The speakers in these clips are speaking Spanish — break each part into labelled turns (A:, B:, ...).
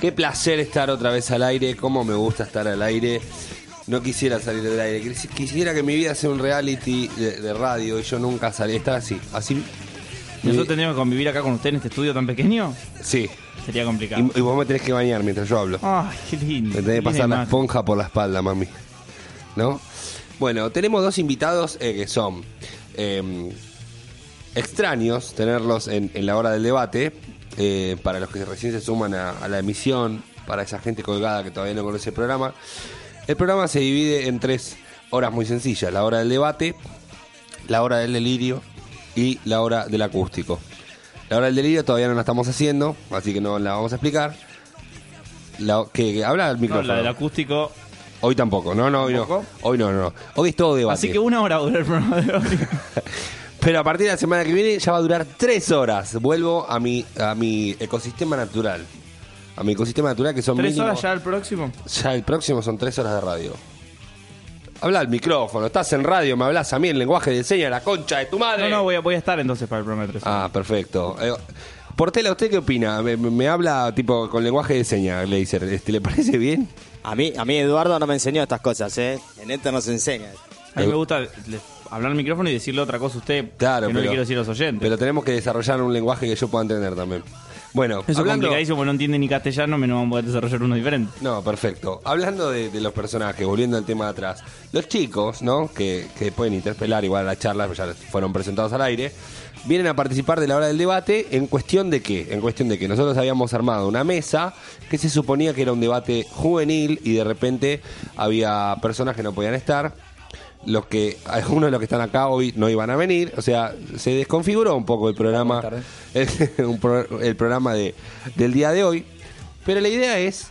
A: Qué placer estar otra vez al aire, cómo me gusta estar al aire. No quisiera salir del aire, Quis- quisiera que mi vida sea un reality de, de radio y yo nunca salí. Estaba así, así.
B: Nosotros tendríamos que convivir acá con usted en este estudio tan pequeño.
A: Sí.
B: Sería complicado.
A: Y, y vos me tenés que bañar mientras yo hablo.
B: Ay, qué lindo.
A: Me tenés que
B: Linda
A: pasar la
B: imagen.
A: esponja por la espalda, mami. ¿No? Bueno, tenemos dos invitados eh, que son eh, extraños tenerlos en, en la hora del debate. eh, para los que recién se suman a, a la emisión, para esa gente colgada que todavía no conoce el programa. El programa se divide en tres horas muy sencillas: la hora del debate, la hora del delirio y la hora del acústico. La hora del delirio todavía no la estamos haciendo, así que no la vamos a explicar. La, que, que habla el
B: No,
A: micrófono.
B: la del acústico.
A: Hoy tampoco, no, no, hoy no.
B: ¿Tampoco?
A: Hoy no, no. Hoy es todo debate.
B: Así que una hora duró el programa de hoy.
A: Pero a partir de la semana que viene ya va a durar tres horas. Vuelvo a mi, a mi ecosistema natural. A mi ecosistema natural que son
B: ¿Tres
A: mínimo-
B: horas ya al próximo?
A: Ya el próximo son tres horas de radio. Habla al micrófono, estás en radio, me hablas a mí en lenguaje de señas, la concha de tu
B: No,
A: madre.
B: no, voy a, voy a estar entonces para el programa de tres horas.
A: Ah, perfecto. Eh, Portela, ¿usted qué opina? Me, me- me habla tipo con lenguaje de señas, le dice, este, ¿le parece bien?
C: A mí, a mí Eduardo no me enseñó estas cosas, ¿eh? En esta nos enseña.
B: A mí me gusta le- hablar al micrófono y decirle otra cosa a usted
A: eh. Claro,
B: que no
A: pero,
B: le quiero decir a los oyentes.
A: pero tenemos que desarrollar un lenguaje que yo pueda entender también. Bueno,
B: Eso es
A: hablando,
B: complicadísimo porque no entiende ni castellano, menos vamos a poder desarrollar uno diferente.
A: No, perfecto. Hablando de, de los personajes, volviendo al tema de atrás, los chicos, ¿no? Que, que pueden interpelar igual a la charla, ya fueron presentados al aire, vienen a participar de la hora del debate en cuestión de qué, en cuestión de que nosotros habíamos armado una mesa que se suponía que era un debate juvenil y de repente había personas que no podían estar. Los que, algunos de los que están acá hoy no iban a venir, o sea, se desconfiguró un poco el programa, un pro- el programa de, del día de hoy. Pero la idea es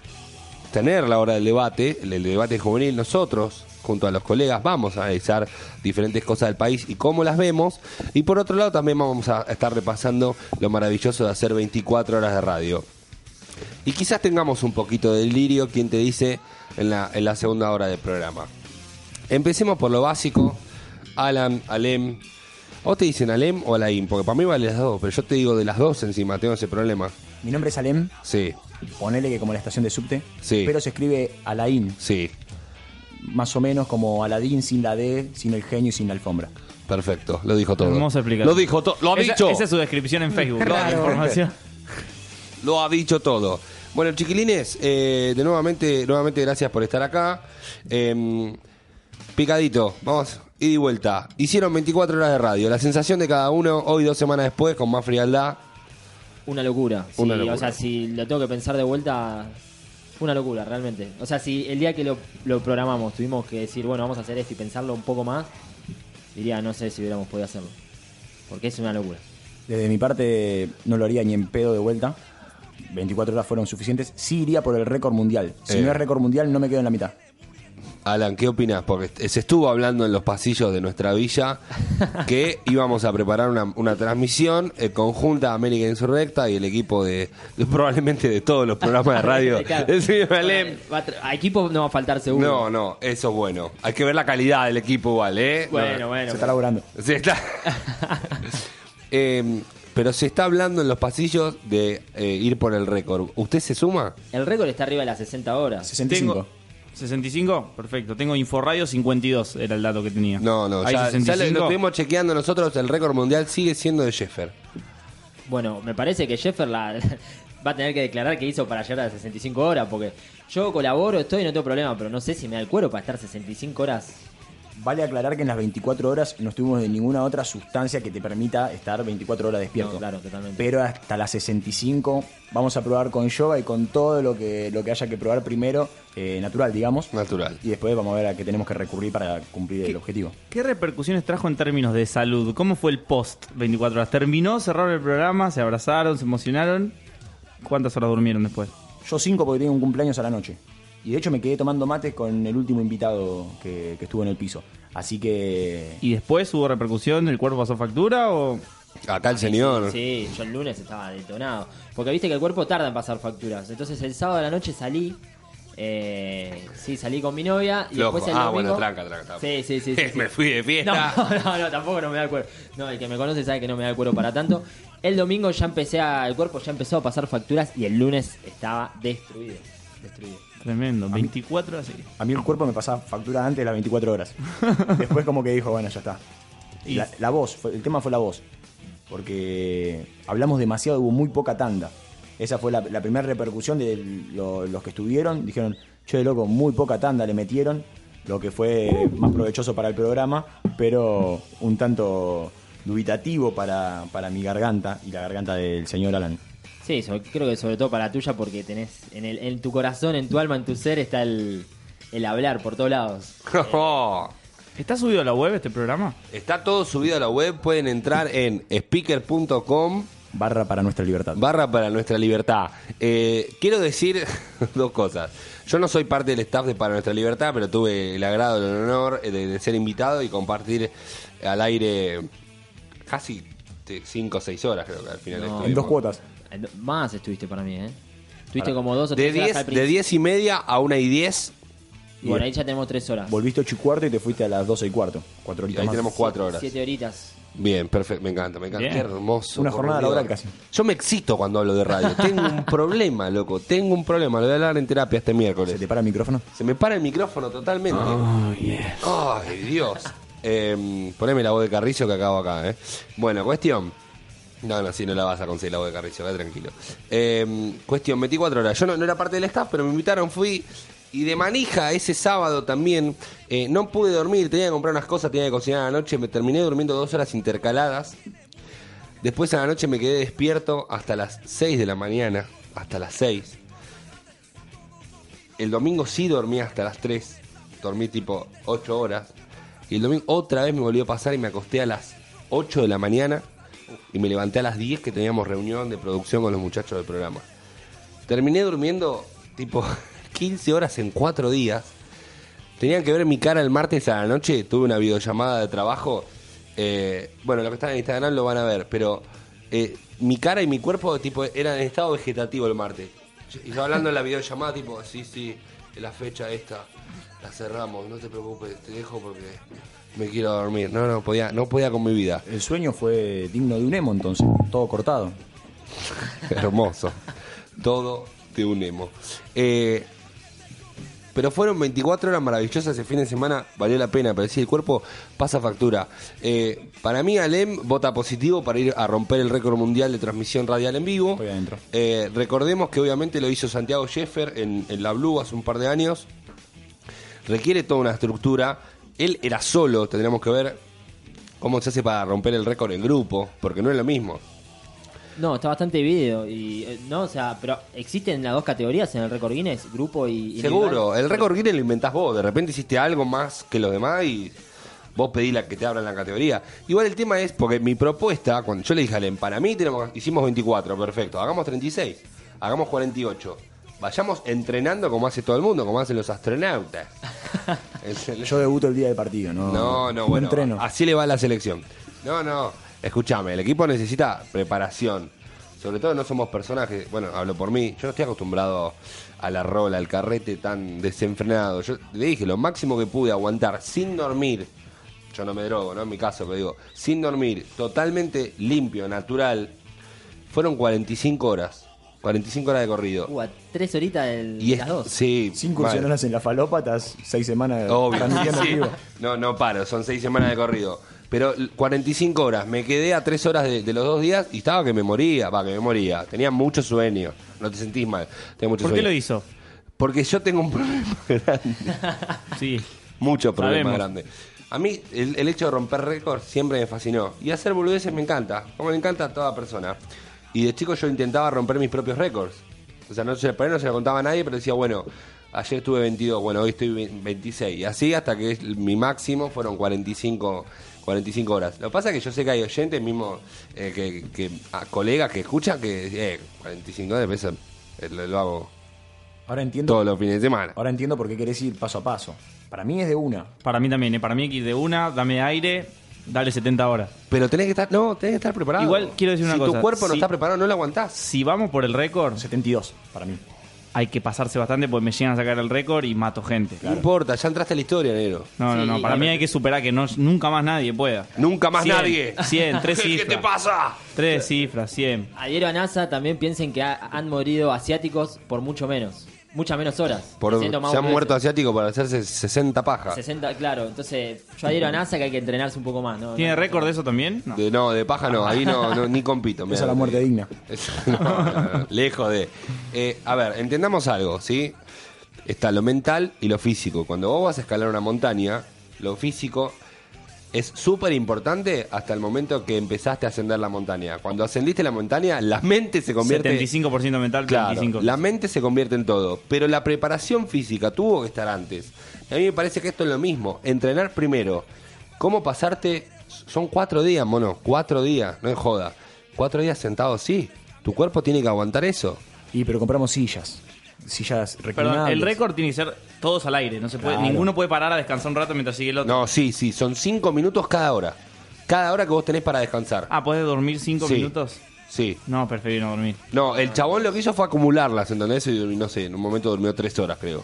A: tener la hora del debate, el, el debate juvenil, nosotros, junto a los colegas, vamos a analizar diferentes cosas del país y cómo las vemos. Y por otro lado, también vamos a estar repasando lo maravilloso de hacer 24 horas de radio. Y quizás tengamos un poquito de delirio, quien te dice, en la, en la segunda hora del programa. Empecemos por lo básico. Alan, Alem. ¿A ¿Vos te dicen Alem o Alain? Porque para mí vale las dos, pero yo te digo de las dos encima, tengo ese problema.
D: Mi nombre es Alem,
A: Sí,
D: ponele que como la estación de subte,
A: Sí.
D: pero se escribe Alain,
A: sí.
D: más o menos como Aladín sin la D, sin el genio y sin la alfombra.
A: Perfecto, lo dijo todo.
B: Hermosa explicación.
A: Lo dijo todo, lo ha
B: Esa-
A: dicho.
B: Esa es su descripción en Facebook. toda la
A: Claro.
B: información.
A: Lo ha dicho todo. Bueno, chiquilines, eh, de nuevamente, nuevamente gracias por estar acá. Em, picadito, vamos, ida y vuelta. Hicieron 24 horas de radio. La sensación de cada uno, hoy dos semanas después, con más frialdad.
E: Una locura. Sí,
A: Una locura.
E: O sea, si lo tengo que pensar de vuelta, fue una locura, realmente. O sea, si el día que lo, lo programamos tuvimos que decir, bueno, vamos a hacer esto y pensarlo un poco más, diría, no sé si hubiéramos podido hacerlo. Porque es una locura.
D: Desde mi parte no lo haría ni en pedo de vuelta. 24 horas fueron suficientes. Sí iría por el récord mundial. Si
A: Eh.
D: no es récord mundial, no me quedo en la mitad.
A: Alan, ¿qué opinas? Porque est- se estuvo hablando en los pasillos de nuestra villa que íbamos a preparar una, una transmisión eh, conjunta a América Insurrecta y el equipo de, de probablemente de todos los programas de radio.
E: Claro.
A: El señor Alem.
E: Va a tra- a equipo no va a faltar seguro.
A: No, no, eso es bueno. Hay que ver la calidad del equipo igual, ¿eh?
E: Bueno,
A: No,
E: bueno.
D: Se está laburando.
A: se está- Eh, pero se está hablando en los pasillos de eh, ir por el récord. ¿Usted se suma?
E: El récord está arriba de las 60 horas.
D: 65.
B: Tengo- 65, perfecto. Tengo Inforradio 52, era el dato que tenía.
A: No, no,
B: Hay
A: ya, ya
B: 65.
A: lo, lo estuvimos chequeando nosotros. El récord mundial sigue siendo de Sheffer.
E: Bueno, me parece que Sheffer la, va a tener que declarar que hizo para llegar a las 65 horas, porque yo colaboro, estoy, no tengo problema, pero no sé si me da el cuero para estar 65 horas.
D: Vale aclarar que en las 24 horas no estuvimos de ninguna otra sustancia que te permita estar 24 horas despierto.
E: No, claro, totalmente.
D: Pero hasta las 65 vamos a probar con yoga y con todo lo que, lo que haya que probar primero, eh, natural, digamos.
A: Natural.
D: Y después vamos a ver a qué tenemos que recurrir para cumplir el objetivo.
B: ¿Qué repercusiones trajo en términos de salud? ¿Cómo fue el post 24 horas? ¿Terminó, cerraron el programa, se abrazaron, se emocionaron? ¿Cuántas horas durmieron después?
D: Yo cinco porque tenía un cumpleaños a la noche. Y de hecho me quedé tomando mates con el último invitado que, que estuvo en el piso. Así que.
B: ¿Y después hubo repercusión? ¿El cuerpo pasó factura o...?
A: Acá el señor.
E: Sí, yo el lunes estaba detonado. Porque viste que el cuerpo tarda en pasar facturas. Entonces el sábado de la noche salí. eh, sí, salí con mi novia. Y
A: Flojo.
E: después el
A: Ah,
E: domingo-
A: bueno, tranca, tranca, tranca.
E: Sí, sí, sí. sí, sí.
A: me fui de fiesta.
E: No, no, no, tampoco no me da el cuero. No, el que me conoce sabe que no me da el cuero para tanto. El domingo ya empecé a. El cuerpo ya empezó a pasar facturas y el lunes estaba destruido. Destruido.
B: Tremendo, 24 así.
D: A mí el cuerpo me pasaba factura antes de las 24 horas. Después como que dijo, bueno, ya está.
B: Y-
D: La, la voz, fue- el tema fue la voz. Porque hablamos demasiado, hubo muy poca tanda. Esa fue la, la primera repercusión de lo- los que estuvieron. Dijeron, che, loco, muy poca tanda le metieron. Lo que fue más provechoso para el programa, pero un tanto dubitativo para, para mi garganta y la garganta del señor Alan.
E: Sí, so- creo que sobre todo para la tuya porque tenés. En, el, en tu corazón, en tu alma, en tu ser está el, el hablar por todos lados.
A: Oh.
B: ¿Está subido a la web este programa?
A: Está todo subido a la web. Pueden entrar en speaker.com
D: Barra para nuestra libertad.
A: barra para nuestra libertad. Eh, quiero decir dos cosas. Yo no soy parte del staff de Para Nuestra Libertad, pero tuve el agrado, el honor eh, de, de ser invitado y compartir al aire casi 5 o 6 horas, creo que al final.
E: No.
A: estuvimos.
D: En dos cuotas.
E: Eh, Más estuviste para mí, ¿eh? Estuviste como dos o
A: De
E: tres horas al
A: 10, de
E: principio.
A: 10 y media a 1 y 10,
E: Y bueno, ahí ya tenemos tres horas.
D: Volviste ocho y cuarto y te fuiste a las 12 y cuarto. Cuatro
A: y
D: horitas
A: ahí
D: más.
A: tenemos 4 horas.
E: Siete horitas.
A: Bien, perfecto, me encanta, me encanta.
B: Bien.
A: Qué hermoso.
D: Una jornada
A: corrido.
D: laboral casi.
A: Yo me excito cuando hablo de radio. Tengo un problema, loco. Tengo un problema. Lo voy a hablar en terapia este miércoles.
D: ¿Se te para el micrófono?
A: Se me para el micrófono totalmente. Ay, Dios. Eh, poneme la voz de Carrizo que acabo acá, ¿eh? Bueno, cuestión. No, no, sí, no la vas a conseguir la voz de Carrizo, quedá tranquilo. Eh, cuestión, 24 horas. Yo no, no era parte del staff, pero me invitaron, fui. Y de manija ese sábado también, eh, no pude dormir, tenía que comprar unas cosas, tenía que cocinar a la noche, me terminé durmiendo dos horas intercaladas. Después a la noche me quedé despierto hasta las 6 de la mañana, hasta las 6. El domingo sí dormí hasta las 3. Dormí tipo 8 horas. Y el domingo otra vez me volvió a pasar y me acosté a las 8 de la mañana. Y me levanté a las 10 que teníamos reunión de producción con los muchachos del programa. Terminé durmiendo tipo 15 horas en 4 días. Tenían que ver mi cara el martes a la noche. Tuve una videollamada de trabajo. Eh, bueno, los que están en Instagram lo van a ver, pero eh, mi cara y mi cuerpo tipo eran en estado vegetativo el martes. Y yo hablando en la videollamada, tipo, sí, sí, la fecha esta, la cerramos, no te preocupes, te dejo porque me quiero dormir. No, no, podía, no podía con mi vida.
D: El sueño fue digno de un emo entonces, todo cortado.
A: Hermoso. Todo de un emo. Eh, pero fueron 24 horas maravillosas ese fin de semana, valió la pena, pero sí, el cuerpo pasa factura. Eh, para mí, Alem vota positivo para ir a romper el récord mundial de transmisión radial en vivo.
D: Estoy adentro.
A: Eh, recordemos que obviamente lo hizo Santiago Sheffer en, en La Blue hace un par de años. Requiere toda una estructura. Él era solo, tendríamos que ver cómo se hace para romper el récord en grupo, porque no es lo mismo.
E: No, está bastante dividido. Y, eh, no, o sea, pero existen las dos categorías en el récord Guinness, grupo y... y
A: Seguro,
E: individual.
A: el récord Guinness lo inventás vos, de repente hiciste algo más que los demás y vos pedís la que te abran la categoría. Igual el tema es, porque mi propuesta, cuando yo le dije a Alem, para mí tenemos, hicimos 24, perfecto, hagamos 36, hagamos 48. Vayamos entrenando como hace todo el mundo, como hacen los astronautas. ¿Entendés?
D: Yo debuto el día del partido, ¿no?
A: No, no, bueno. ah,
D: entreno.
A: Así le va a la selección. No, no. Escúchame, el equipo necesita preparación. Sobre todo no somos personas que, bueno, hablo por mí, yo no estoy acostumbrado a la rola, al carrete tan desenfrenado. Yo le dije, lo máximo que pude aguantar sin dormir, yo no me drogo, ¿no? En mi caso, pero digo, sin dormir, totalmente limpio, natural, fueron 45 horas. 45 horas de corrido.
E: Uh, a tres horitas del-
A: y es-
E: las dos.
A: Sí,
D: Cinco
A: mal.
D: incursionadas en las falópatas, seis semanas
A: Obvio.
D: transmitiendo
A: sí,
D: en
A: sí.
D: vivo.
A: No, no paro, son seis semanas de corrido. Pero l- 45 horas, me quedé a tres horas de, de los dos días y estaba que me moría, va, que me moría. Tenía mucho sueño, no te sentís mal. Tenía mucho
B: ¿Por qué
A: sueño.
B: lo hizo?
A: Porque yo tengo un problema grande,
B: Sí.
A: mucho problema
B: Sabemos.
A: grande. A mí el, el hecho de romper récords siempre me fascinó. Y hacer boludeces me encanta, como le encanta a toda persona. Y de chico yo intentaba romper mis propios récords. O sea, no se, por ahí no se lo contaba a nadie, pero decía, bueno, ayer estuve 22, bueno, hoy estoy ve- 26. Y así hasta que es- mi máximo fueron 45, 45 horas. Lo que pasa es que yo sé que hay oyentes, mismo eh, que, que- a colegas que escuchan, que eh, 45 horas, eso, eh, lo, lo hago
D: Ahora entiendo,
A: todos los fines de semana.
D: ahora entiendo por qué querés ir paso a paso. Para mí es de una.
B: Para mí también, ¿eh? para mí hay que ir de una, dame aire, dale 70 horas.
A: Pero tenés que estar, no, tenés que estar preparado.
B: Igual quiero decir una
A: si
B: cosa,
A: tu cuerpo no
B: si-
A: está preparado, no lo aguantás.
B: Si vamos por el récord,
D: 72 para mí.
B: hay que pasarse bastante porque me llegan a sacar el récord y mato gente.
A: No importa, ya entraste a la historia, negro.
B: No, no,
E: Sí,
B: no, para mí
E: obviamente.
B: hay que superar que no, nunca más nadie pueda.
A: Nunca más
B: 100,
A: nadie.
B: 100, tres
A: ¿Qué,
B: cifras.
A: te pasa?
B: Tres cifras, 100.
E: Adhiero a NASA, también piensen que ha- han morido asiáticos por mucho menos. Muchas menos horas.
A: Por-
E: haciendo más
A: se han
E: boludeces.
A: muerto asiáticos para hacerse 60 pajas.
E: 60, claro. Entonces, yo adhiero a NASA que hay que entrenarse un poco más. ¿no?
B: ¿Tiene
E: No,
B: récord de eso también? No.
A: De, no, de paja no, ahí no, no, ni compito. mirá.
D: Esa es la muerte digna.
A: Es- no, no, no, lejos de. Eh, a ver, entendamos algo, ¿sí? Está lo mental y lo físico. Cuando vos vas a escalar una montaña, lo físico es súper importante hasta el momento que empezaste a ascender la montaña. Cuando ascendiste la montaña, la mente se convierte
B: 75% mental,
A: Claro,
B: 25%.
A: la mente se convierte en todo, pero la preparación física tuvo que estar antes. Y a mí me parece que esto es lo mismo, entrenar primero. ¿Cómo pasarte? Son cuatro días, mono, cuatro días, no es joda. Cuatro días sentado, sí. Tu cuerpo tiene que aguantar eso.
D: Y pero compramos sillas. Sillas reclinables.
B: Perdón, el récord tiene que ser todos al aire. No se puede,
D: Claro.
B: Ninguno puede parar a descansar un rato mientras sigue el otro.
A: No, sí, sí, son cinco minutos cada hora. Cada hora que vos tenés para descansar.
B: Ah, ¿podés dormir 5
A: Sí.
B: minutos?
A: Sí.
B: No, preferí no dormir.
A: No, el chabón lo que hizo fue acumularlas, ¿entendés? Y durmió, no sé, en un momento durmió tres horas, creo.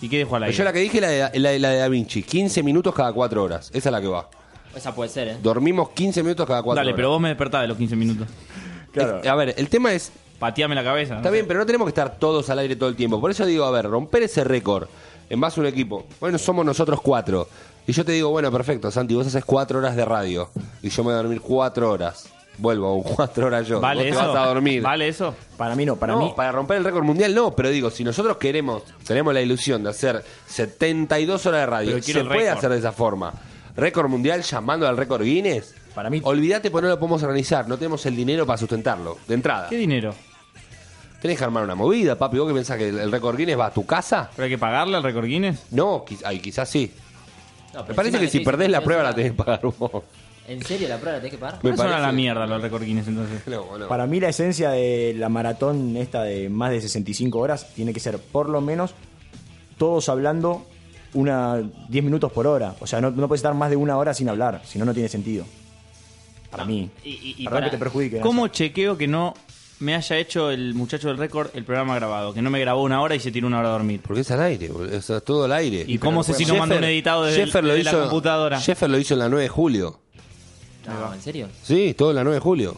B: ¿Y qué dejó al
A: Pero
B: aire?
A: yo la que dije, la de, la de- la de Da Vinci, 15 minutos cada cuatro horas. Esa es la que va.
E: Esa puede ser, ¿eh?
A: Dormimos 15 minutos cada cuatro
B: Dale,
A: horas.
B: pero vos me despertás de los 15 minutos.
D: Claro.
A: Eh, A ver, el tema es.
B: Pateame la cabeza.
A: Está bien, pero no tenemos que estar todos al aire todo el tiempo. Por eso digo, a ver, romper ese récord en base a un equipo. Bueno, somos nosotros cuatro. Y yo te digo, bueno, perfecto, Santi, vos haces cuatro horas de radio. Y yo me voy a dormir cuatro horas. Vuelvo, cuatro horas yo.
B: ¿Vale
A: vos
B: eso?
A: te vas a dormir.
B: ¿Vale eso?
D: Para mí no, para
A: No,
D: mí.
A: para romper el récord mundial no, pero digo, si nosotros queremos, tenemos la ilusión de hacer 72 horas de radio,
B: Pero
A: se
B: quiero
A: puede
B: el récord.
A: hacer de esa forma. Récord mundial llamando al récord Guinness.
D: Para mí-
A: Olvídate, pues no lo podemos organizar, no tenemos el dinero para sustentarlo, de entrada.
B: ¿Qué dinero?
A: Tenés que armar una movida, papi. ¿Vos qué pensás que el- el récord Guinness va a tu casa?
B: ¿Pero hay que pagarle al récord Guinness?
A: No, quiz- ay, quizás sí.
E: No, pero
A: Me parece
E: encima
A: que si
E: te
A: perdés la
E: dicen,
A: prueba la
E: "Mira,
A: tenés que pagar vos.
E: ¿En serio la prueba la tenés que pagar?
A: Me
B: Me suena a
A: parece-
B: la mierda los récord Guinness entonces.
A: No, boludo.
D: Para mí la esencia de la maratón esta de más de 65 horas tiene que ser por lo menos todos hablando una 10 minutos por hora. O sea, no, no puedes estar más de una hora sin hablar, si no, no tiene sentido. Para mí.
E: Y- y- y
D: Perdón
E: para-
D: que te perjudique.
B: ¿Cómo
D: Nasa.
B: chequeo que no me haya hecho el muchacho del récord el programa grabado? Que no me grabó una hora y se tiró una hora a dormir.
A: Porque es al aire, boludo. O sea, es todo al aire.
B: ¿Y cómo sé si no
A: Sheffer-
B: manda un editado desde, el-
A: Sheffer lo
B: desde
A: hizo-
B: la computadora?
A: Sheffer lo hizo en la 9 de julio.
E: No, ¿en serio?
A: Sí, todo en la 9 de julio.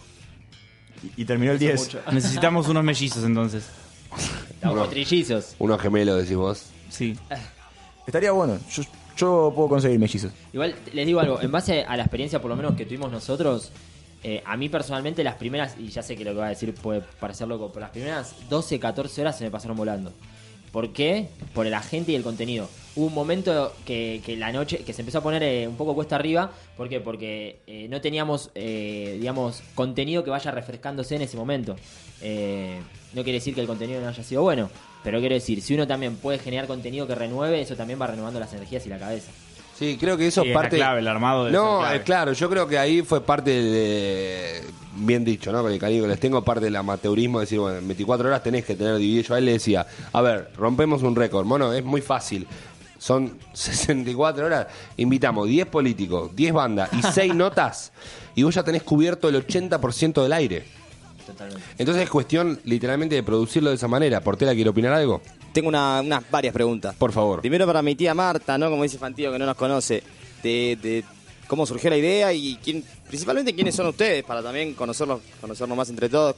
D: Y, y terminó el 10.
B: Necesitamos unos mellizos entonces.
E: Estamos con trillizos.
A: Unos gemelos, decís vos.
B: Sí.
D: Estaría bueno. Yo, yo puedo conseguir mellizos.
E: Igual les digo algo, en base a la experiencia por lo menos que tuvimos nosotros, eh, a mí personalmente las primeras, y ya sé que lo que va a decir puede parecer loco, pero las primeras 12, 14 horas se me pasaron volando. ¿Por qué? Por la gente y el contenido. Hubo un momento que, que la noche, que se empezó a poner eh, un poco cuesta arriba, ¿por qué? Porque eh, no teníamos, eh, digamos, contenido que vaya refrescándose en ese momento. Eh, no quiere decir que el contenido no haya sido bueno, pero quiero decir, si uno también puede generar contenido que renueve, eso también va renovando las energías y la cabeza.
A: Sí, creo que eso
B: Sí,
A: es
B: es la
A: parte.
B: clave, el armado debe
A: No,
B: ser clave.
A: eh, claro, yo creo que ahí fue parte de. Bien dicho, ¿no? Con el cariño que les tengo, parte del amateurismo, decir, bueno, en 24 horas tenés que tener dividido. Yo a él le decía, a ver, rompemos un récord. Mono, es muy fácil. Son 64 horas. Invitamos 10 políticos, 10 bandas y 6 notas. Y vos ya tenés cubierto el 80% del aire.
E: Totalmente.
A: Entonces es cuestión, literalmente, de producirlo de esa manera. Portela, ¿quiere opinar algo?
C: Tengo una- unas varias preguntas.
A: Por favor.
C: Primero para mi tía Marta, ¿no? Como dice Fantío, que no nos conoce. De, de cómo surgió la idea y quién, principalmente quiénes son ustedes para también conocerlos, conocernos más entre todos.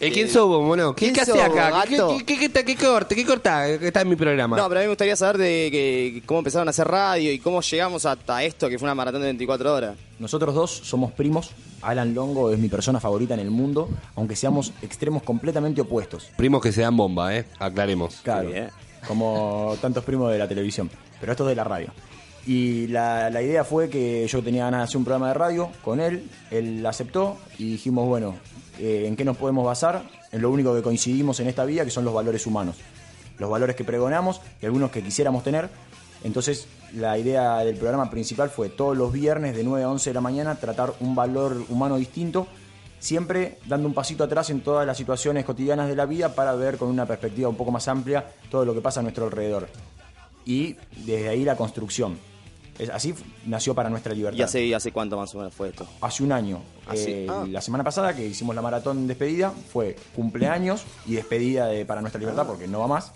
A: Eh, ¿Quién
C: Eh,
A: sos vos, mono? ¿Qué,
C: ¿quién
A: qué hace
C: sos,
A: acá? ¿Qué,
C: gato?
A: qué, qué, qué, ta- qué corta? ¿Qué corta? que Está en mi programa.
C: No, pero a mí me gustaría saber de que, cómo empezaron a hacer radio y cómo llegamos hasta esto, que fue una maratón de 24 horas.
D: Nosotros dos somos primos. Alan Longo es mi persona favorita en el mundo, aunque seamos extremos completamente opuestos.
A: Primos que se dan bomba, ¿eh? Aclaremos.
D: Claro.
C: Sí, ¿eh?
D: Como tantos primos de la televisión. Pero esto es de la radio. Y la, la idea fue que yo tenía ganas de hacer un programa de radio con él. Él aceptó y dijimos, bueno, eh, ¿en qué nos podemos basar? En lo único que coincidimos en esta vía, que son los valores humanos. Los valores que pregonamos y algunos que quisiéramos tener. Entonces, la idea del programa principal fue todos los viernes de 9 a 11 de la mañana tratar un valor humano distinto siempre dando un pasito atrás en todas las situaciones cotidianas de la vida para ver con una perspectiva un poco más amplia todo lo que pasa a nuestro alrededor. Y desde ahí la construcción. Es, así f- nació para nuestra libertad.
C: ¿Y hace, hace cuánto más o menos fue esto?
D: Hace un año.
C: Ah, sí.
D: Eh,
C: Ah.
D: La semana pasada que hicimos la maratón despedida fue cumpleaños y despedida de Para Nuestra
C: Ah.
D: Libertad porque no va más.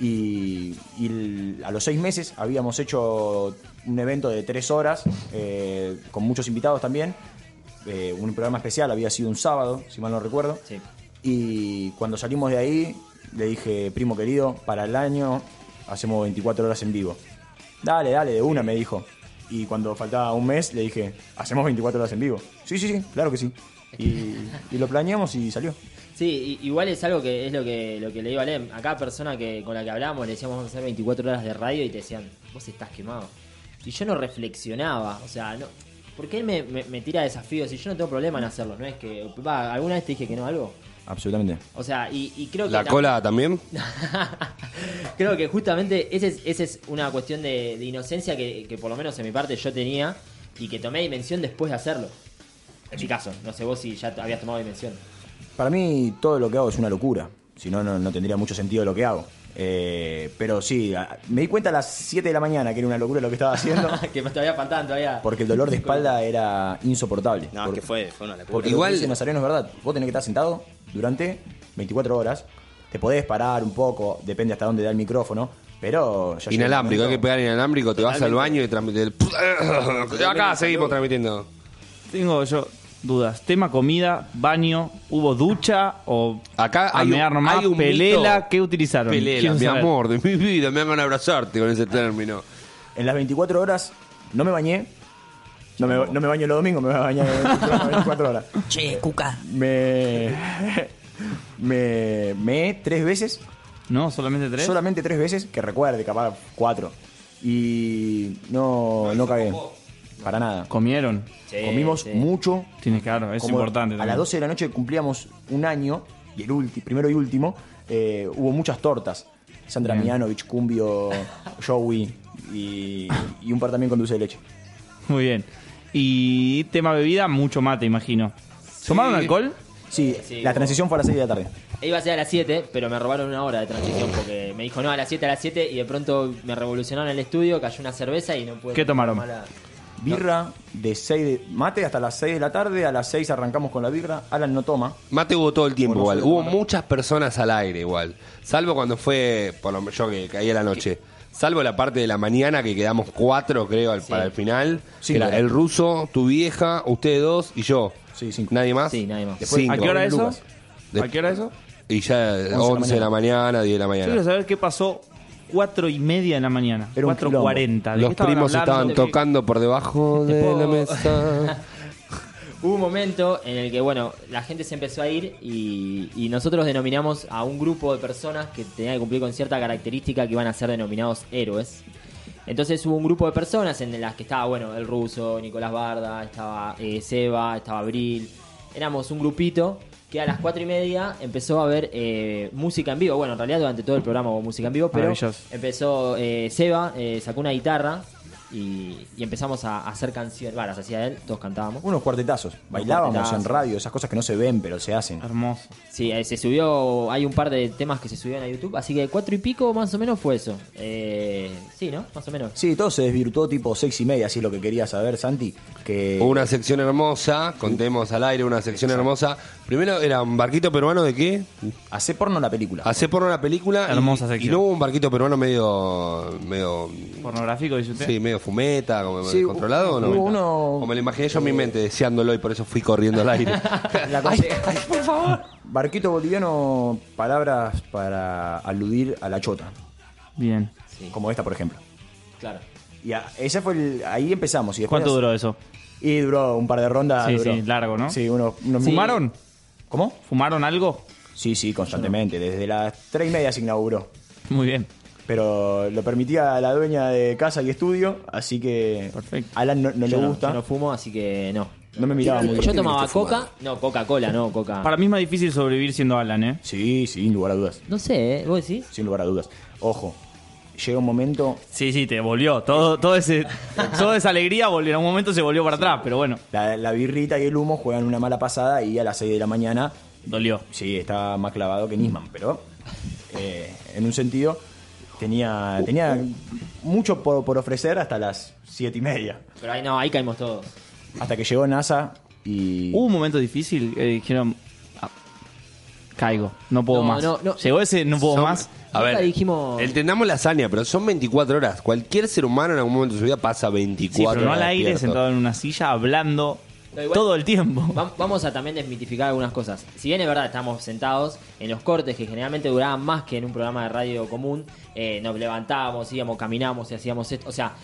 D: Y, y l- a los seis meses habíamos hecho un evento de tres horas eh, con muchos invitados también. Eh, un programa especial había sido un sábado, si mal no recuerdo.
E: Sí.
D: Y cuando salimos de ahí, le dije, primo querido, para el año hacemos 24 horas en vivo. Dale, dale, de una, me dijo. Y cuando faltaba un mes, le dije, hacemos 24 horas en vivo. Sí, sí, sí, claro que sí. Y, y lo planeamos y salió.
E: Sí, i- igual es algo que es lo que, lo que le digo a Lem. A cada persona que, con la que hablábamos le decíamos vamos a hacer 24 horas de radio y te decían, vos estás quemado. Y yo no reflexionaba, o sea, no, porque él me, me- me tira desafíos y yo no tengo problema en hacerlos, ¿no? Es que, va, ¿alguna vez te dije que no a algo?
D: Absolutamente.
E: O sea, y, y creo que...
A: ¿La
E: tam-
A: cola también?
E: Creo que justamente esa es, ese es una cuestión de, de inocencia que, que por lo menos en mi parte yo tenía y que tomé dimensión después de hacerlo. En mi caso, no sé vos si ya t- habías tomado dimensión.
D: Para mí todo lo que hago es una locura. Si no, no, no tendría mucho sentido lo que hago. Eh, pero sí, a- me di cuenta a las 7 de la mañana que era una locura lo que estaba haciendo.
E: que me todavía faltaban todavía.
D: Porque el dolor de espalda era insoportable.
C: No, es
D: Porque-
C: que fue, fue una locura.
D: Porque
A: Igual-
D: Igual, lo que dice Nazareno es verdad. Vos tenés que estar sentado durante 24 horas. Te podés parar un poco, depende hasta dónde da el micrófono. Pero ya llega un
A: Inalámbrico, hay que
D: momento-
A: pegar inalámbrico, te vas al baño y transmitir. Acá seguimos transmitiendo.
B: Tengo yo dudas. Tema comida, baño, ¿hubo ducha o
A: Acá hay
B: amear
A: un,
B: nomás?
A: hay un
B: pelela,
A: mito.
B: ¿qué utilizaron?
A: Pelela,
B: Quiero
A: mi
B: saber.
A: amor, de mi vida, me hagan abrazarte con ese término.
D: En las 24 horas no me bañé. No me, no me baño los domingos, me voy a bañar en 24 horas.
F: Che, Cuca.
D: Me, me, me tres veces
B: ¿No? ¿Solamente tres?
D: Solamente tres veces, que recuerde, capaz cuatro. Y no, no cagué. Para nada.
B: ¿Comieron?
E: Sí,
D: Comimos
E: sí.
D: mucho.
B: Tienes claro, es
D: Como
B: importante.
D: A las
B: también.
D: 12 de la noche cumplíamos un año, y el ulti- primero y último, eh, hubo muchas tortas. Sandra
B: Bien.
D: Mianovich, Cumbio, Joey y, y un par también con dulce de leche.
B: Muy bien. Y tema bebida, mucho mate, imagino. ¿Tomaron alcohol?
D: Sí,
E: sí,
D: la
E: hubo-
D: transición fue a las 6 de la tarde.
E: Iba a ser a las 7, pero me robaron una hora de transición porque me dijo no a las 7, a las 7 y de pronto me revolucionaron el estudio, cayó una cerveza y no pude.
B: ¿Qué tomaron?
E: tomar la-
D: Birra de 6 de mate hasta las 6 de la tarde. A las 6 arrancamos con la birra. Alan no toma.
A: Mate hubo todo el tiempo igual.
D: Bueno, solo
A: Hubo
D: tomate.
A: muchas personas al aire igual. Salvo cuando fue, por lo menos yo que caí a la noche. Salvo la parte de la mañana que quedamos cuatro, creo, al- para el final.
D: Cinco.
A: Que era el ruso, tu vieja, ustedes dos y yo.
D: Sí, cinco.
A: ¿Nadie más?
E: Sí, nadie más.
A: Cinco.
B: ¿A qué hora eso?
D: Lucas.
B: ¿A qué hora eso?
A: Y ya 11 de la mañana, 10 de la
B: Yo
A: mañana.
B: quiero saber qué pasó cuatro y media de la mañana.
D: Era un quilombo.
B: 4.40. ¿De qué
A: Los
B: estaban
A: primos estaban
B: hablando?
A: tocando por debajo
E: Te
A: de
E: puedo-
A: la mesa.
E: Hubo un momento en el que, bueno, la gente se empezó a ir y, y nosotros denominamos a un grupo de personas que tenían que cumplir con cierta característica que iban a ser denominados héroes. Entonces hubo un grupo de personas en las que estaba, bueno, el ruso, Nicolás Barda, estaba eh, Seba, estaba Abril. Éramos un grupito que a las cuatro y media empezó a haber eh, música en vivo. Bueno, en realidad durante todo el programa hubo música en vivo, pero
B: Maravilloso.
E: empezó eh, Seba, eh, sacó una guitarra y, y empezamos a, a hacer canciones. Bueno, las hacía él, todos cantábamos.
D: Unos cuartetazos. Bailábamos
E: cuartetazos.
D: en radio, esas cosas que no se ven, pero se hacen.
B: Hermoso.
E: Sí, eh, se subió, hay un par de temas que se subieron a YouTube, así que cuatro y pico más o menos fue eso. Eh, sí, ¿no? Más o menos.
D: Sí, todo se desvirtuó tipo seis y media, así es lo que quería saber, Santi. Que
A: Hubo una sección hermosa, contemos al aire una sección hermosa. Primero era un barquito peruano de qué?
D: hace porno la película.
A: Hacer porno una película. y-
B: Hermosa
A: y,
B: sección.
A: luego hubo un barquito peruano medio. medio.
B: Pornográfico, dice usted.
A: Sí, medio fumeta, como
D: Sí,
A: controlado o no.
D: hubo uno-
A: O me lo imaginé yo en mi mente deseándolo y por eso fui corriendo al aire.
D: La cosa- Barquito boliviano, palabras para aludir a la chota,
B: Bien.
E: Sí,
D: como esa, por ejemplo.
E: claro.
D: Y a- ese fue el- ahí empezamos. Y después-
B: ¿Cuánto duró eso?
D: Y duró un par de rondas.
B: Sí,
D: duró.
B: sí, largo, ¿no?
D: Sí, unos, unos
B: ¿Fumaron?
D: ¿Cómo?
B: ¿Fumaron algo?
D: Sí, sí, constantemente. Desde las tres y media se inauguró.
B: Muy bien.
D: Pero lo permitía la dueña de casa y estudio, así que
B: Perfecto.
D: Alan no, no
E: Yo
D: le
E: no,
D: gusta.
E: yo no fumo, así que no.
D: No me miraba muy
E: Yo
D: bien.
E: tomaba coca, no, Coca-Cola, no, Coca.
B: Para mí es más difícil sobrevivir siendo Alan, ¿eh?
D: Sí, sin lugar a dudas.
E: No sé, ¿eh? ¿vos decís?
D: Sin lugar a dudas. Ojo, llega un momento
B: Sí, sí, te volvió. Todo, todo ese, toda esa alegría volvió. En un momento se volvió para atrás, pero bueno,
D: La, la birrita y el humo juegan una mala pasada y a las 6 de la mañana,
B: dolió.
D: sí, está más clavado que Nisman, pero eh, en un sentido tenía, tenía mucho por, por ofrecer hasta las 7 y media.
E: Pero ahí no, ahí caímos todos.
D: Hasta que llegó NASA y...
B: Hubo un momento difícil. eh, dijeron, "Ah, caigo, no puedo
E: No,
B: más.
E: no, no.
B: Llegó ese, no puedo
A: Son-
B: más.
A: A
E: Nunca
A: ver,
E: dijimos-
A: entendamos la hazaña, pero son 24 horas. Cualquier ser humano en algún momento de su vida pasa 24
B: Sí, pero no al
A: horas
B: aire,
A: despierto.
B: sentado en una silla, hablando
E: Da igual.
B: todo el tiempo.
E: Vam- Vamos a también desmitificar algunas cosas. Si bien es verdad, estamos sentados en los cortes que generalmente duraban más que en un programa de radio común, eh, nos levantábamos, íbamos, caminábamos y hacíamos esto. O sea,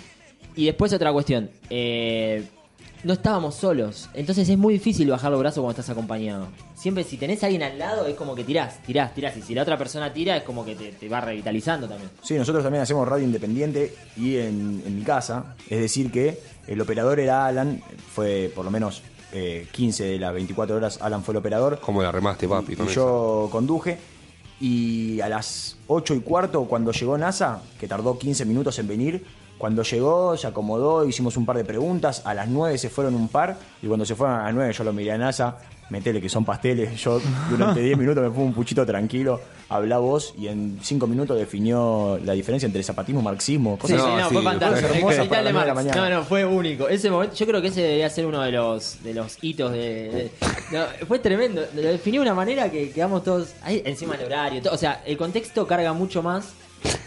E: y después otra cuestión. eh, no estábamos solos, entonces es muy difícil bajar los brazos cuando estás acompañado. Siempre si tenés a alguien al lado es como que tirás, tirás, tirás. Y si la otra persona tira es como que te, te va revitalizando también.
D: Sí, nosotros también hacemos radio independiente y en, en mi casa. Es decir, que el operador era Alan, fue por lo menos eh, 15 de las 24 horas Alan fue el operador.
A: ¿Cómo la remaste, este papi?
D: Y
A: con eso?
D: yo conduje. Y a las 8 y cuarto, cuando llegó NASA, que tardó 15 minutos en venir, cuando llegó, se acomodó, hicimos un par de preguntas. A las 9 se fueron un par. Y cuando se fueron a las 9, yo lo miré a NASA, metele que son pasteles. Yo durante 10 minutos me fui un puchito tranquilo. Hablá vos y en 5 minutos definió la diferencia entre zapatismo y marxismo.
A: Sí,
D: Cosas
A: No, sí, no, fue sí, fantástico.
D: fue hermoso para la
E: Marx.
D: mañana.
E: No, no, fue único. Ese momento, yo creo que ese debería ser uno de los, de los hitos de. de- no, fue tremendo. Lo definió de una manera que quedamos todos ahí encima del horario. todo. o sea, el contexto carga mucho más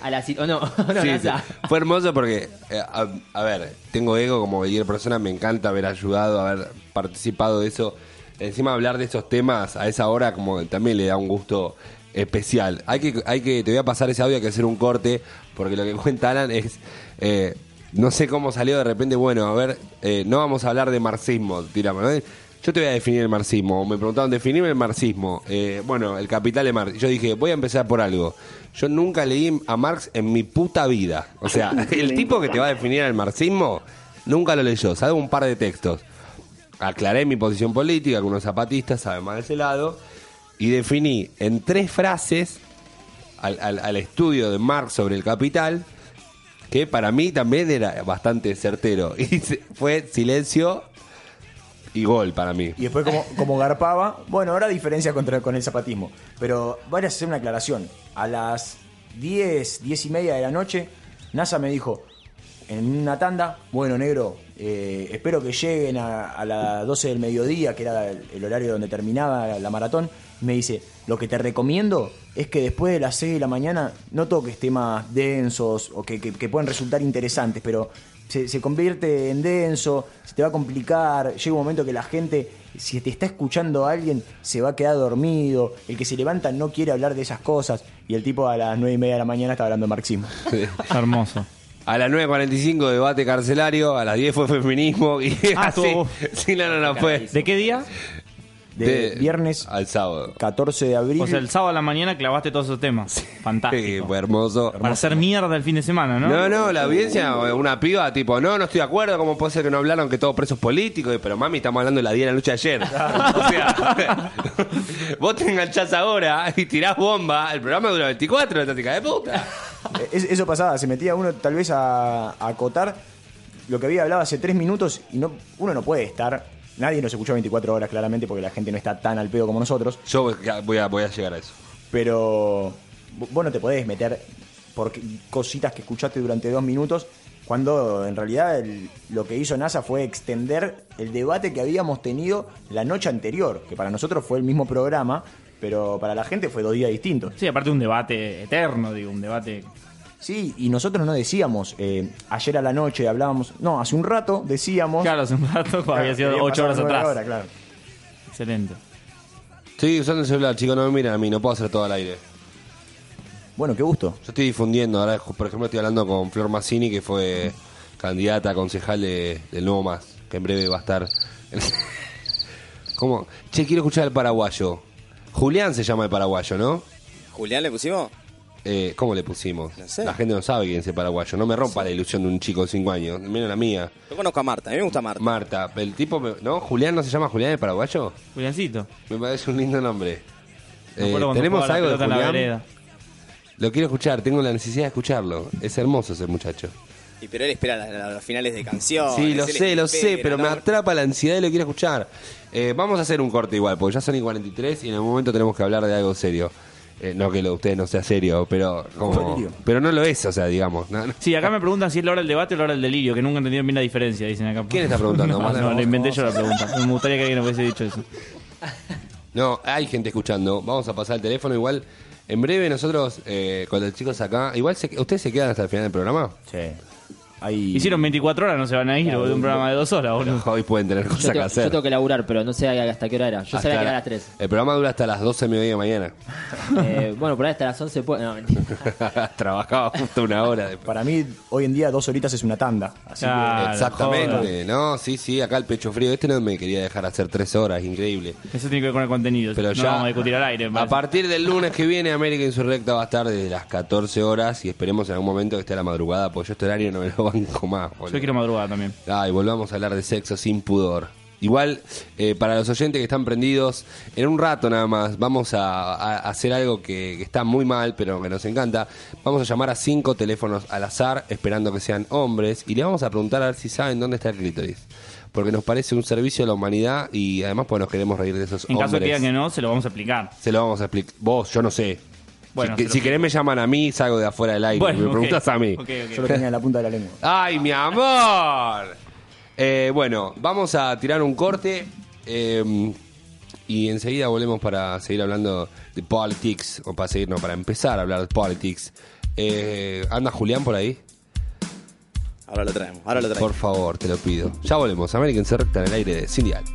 E: a la situación. no, o no,
A: Sí,
E: Nasa.
A: sí. Fue hermoso porque, eh, a, a ver, tengo ego como cualquier persona, me encanta haber ayudado, haber participado de eso. Encima hablar de esos temas a esa hora como que también le da un gusto especial. Hay que, hay que, te voy a pasar ese audio, hay que hacer un corte, porque lo que cuenta Alan es, eh, no sé cómo salió de repente, bueno, a ver, eh, no vamos a hablar de marxismo, tiramos, ¿no? Yo te voy a definir el marxismo. Me preguntaron, definirme el marxismo. Eh, bueno, el capital de Marx. Yo dije, voy a empezar por algo. Yo nunca leí a Marx en mi puta vida. O sea, el tipo que te va a definir el marxismo, nunca lo leyó, salvo un par de textos. Aclaré mi posición política con unos zapatistas, además de ese lado, y definí en tres frases al, al- al estudio de Marx sobre el capital, que para mí también era bastante certero. Y se- fue silencio y gol para mí.
D: Y después, como, como garpaba, bueno, ahora diferencia contra, con el zapatismo. Pero vale hacer una aclaración. A las 10, 10 y media de la noche, NASA me dijo en una tanda: Bueno, negro, eh, espero que lleguen a, a las 12 del mediodía, que era el, el horario donde terminaba la maratón. Me dice: Lo que te recomiendo es que después de las 6 de la mañana no toques temas densos o que, que- que pueden resultar interesantes, pero se, se convierte en denso, se te va a complicar, llega un momento que la gente, si te está escuchando a alguien, se va a quedar dormido, el que se levanta no quiere hablar de esas cosas, y el tipo a las nueve y media de la mañana está hablando de marxismo.
B: Hermoso.
A: A las 9.45 debate carcelario, a las 10 fue feminismo y
B: Ah,
A: así.
B: tú.
A: Sí, no, no, no, fue.
B: ¿De qué día?
D: De
A: de-
D: viernes
A: al sábado.
D: 14 de abril,
B: O sea, el sábado a la mañana clavaste todos esos temas.
A: Sí,
B: Fantástico.
A: fue hermoso.
B: Para hacer mierda el fin de semana, ¿no?
A: No, no, la audiencia, una piba, tipo, no, no estoy de acuerdo, ¿cómo puede ser que no hablaron que todos presos políticos? Y, Pero mami, estamos hablando de la día de la lucha ayer. o sea, vos te enganchás ahora y tirás bomba, el programa dura 24, la táctica de puta.
D: Eh, es- eso pasaba, se metía uno tal vez a, a acotar lo que había hablado hace tres minutos y no, uno no puede estar, nadie nos escuchó 24 horas claramente porque la gente no está tan al pedo como nosotros,
A: Yo voy a- voy a, voy a llegar a eso.
D: pero vo- vos no te podés meter por qu- cositas que escuchaste durante dos minutos cuando en realidad el- lo que hizo NASA fue extender el debate que habíamos tenido la noche anterior, que para nosotros fue el mismo programa, pero para la gente fue dos días distintos.
B: Sí, aparte un debate eterno, digo, un debate.
D: Sí, y nosotros no decíamos, eh, ayer a la noche hablábamos, no, hace un rato decíamos...
B: Claro, hace un rato,
D: Claro,
B: había sido
D: había
B: ocho
D: pasado
B: horas
D: nueve
B: atrás.
D: horas, claro.
B: Excelente.
A: Estoy usando el celular, chicos, no me miren a mí, no puedo hacer todo al aire.
D: Bueno, qué gusto.
A: Yo estoy difundiendo, ahora por ejemplo estoy hablando con Flor Massini, que fue candidata a concejal de- del Nuevo Más, que en breve va a estar... ¿Cómo? Che, quiero escuchar al paraguayo. Julián se llama el paraguayo, ¿no?
C: ¿Julián le pusimos?
A: Eh, ¿Cómo le pusimos?
C: No sé.
A: La gente no sabe quién es el paraguayo. No me rompa la ilusión de un chico de 5 años, menos la mía.
C: Yo conozco a Marta, a mí me gusta Marta.
A: Marta, el tipo... me- ¿No? ¿Julián no se llama Julián el paraguayo?
B: Juliancito.
A: Me parece un lindo nombre.
B: Me
A: Eh,
B: acuerdo cuando
A: ¿Tenemos
B: jugaba la
A: algo de
B: pelota en la
A: Julián?
B: vereda.
A: Lo quiero escuchar, tengo la necesidad de escucharlo. Es hermoso ese muchacho.
C: Y pero él espera las, las- las finales de canción.
A: sí, lo sé, lo sé, pero me atrapa la ansiedad y lo quiero escuchar. Eh, vamos a hacer un corte igual, porque ya son y 43 y en el momento tenemos que hablar de algo serio. Eh, no que lo de ustedes no sea serio, pero como,
D: Serio.
A: pero no lo es, o sea, digamos. no, no.
B: Sí, acá me preguntan si es la hora del debate o la hora del delirio, que nunca entendieron bien la diferencia, dicen acá.
A: ¿Quién está preguntando?
B: No,
A: Más
B: no,
A: de
B: le
A: vos,
B: inventé yo la pregunta. Me gustaría que alguien hubiese dicho eso.
A: No, hay gente escuchando. Vamos a pasar el teléfono igual. En breve nosotros eh, con los chicos acá, igual se, ustedes se quedan hasta el final del programa.
D: Sí. Ahí.
B: Hicieron 24 horas, no se van a ir, boludo, un programa de dos horas, boludo.
A: Hoy pueden tener
E: Yo
A: cosas que
E: tengo, yo
A: hacer.
E: tengo que laburar, pero no sé hasta qué hora era. Yo
A: Hasta
E: sabía que era a
A: la-
E: las 3.
A: El programa dura hasta las 12 de mediodía de mañana.
E: Eh, bueno, por ahí hasta las 11 puede. No, mentira.
A: Trabajaba justo una hora después.
D: Para mí, hoy en día, dos horitas es una tanda. Así
B: Ah, la
A: Exactamente, no, sí, sí, acá el pecho frío. Este no me quería dejar hacer tres horas, increíble.
B: Eso tiene que ver con el contenido.
A: Pero
B: no
A: ya.
B: vamos a discutir al aire. me
A: A
B: parece.
A: partir del lunes que viene, América Insurrecta va a estar desde las 14 horas y esperemos en algún momento que esté a la madrugada, porque yo este horario no me lo banco más. boludo.
B: Yo quiero madrugada también.
A: Ay, Ah, volvamos a hablar de sexo sin pudor. Igual, eh, para los oyentes que están prendidos, en un rato nada más vamos a, a hacer algo que, que está muy mal, pero que nos encanta. Vamos a llamar a cinco teléfonos al azar, esperando que sean hombres, y le vamos a preguntar a ver si saben dónde está el clítoris. Porque nos parece un servicio a la humanidad y además pues nos queremos reír de esos
B: En
A: hombres.
B: caso de que digan que no, se lo vamos a explicar.
A: Se lo vamos a explicar. Vos, yo no sé.
B: Bueno,
A: si,
B: se lo-
A: si querés me llaman a mí, salgo de afuera del aire.
B: Bueno,
A: me
B: ok.
A: preguntas a mí.
B: Ok,
D: que
B: ok.
D: yo lo tenía en la punta de la lengua.
A: ¡Ay, mi amor! Eh, bueno, vamos a tirar un corte eh, y enseguida volvemos para seguir hablando de politics, o para seguir, no, para empezar a hablar de politics. Eh, ¿Anda Julián por ahí?
C: Ahora lo traemos, ahora lo traemos.
A: Por favor, te lo pido. Ya volvemos. American se recta en el aire de Sindial.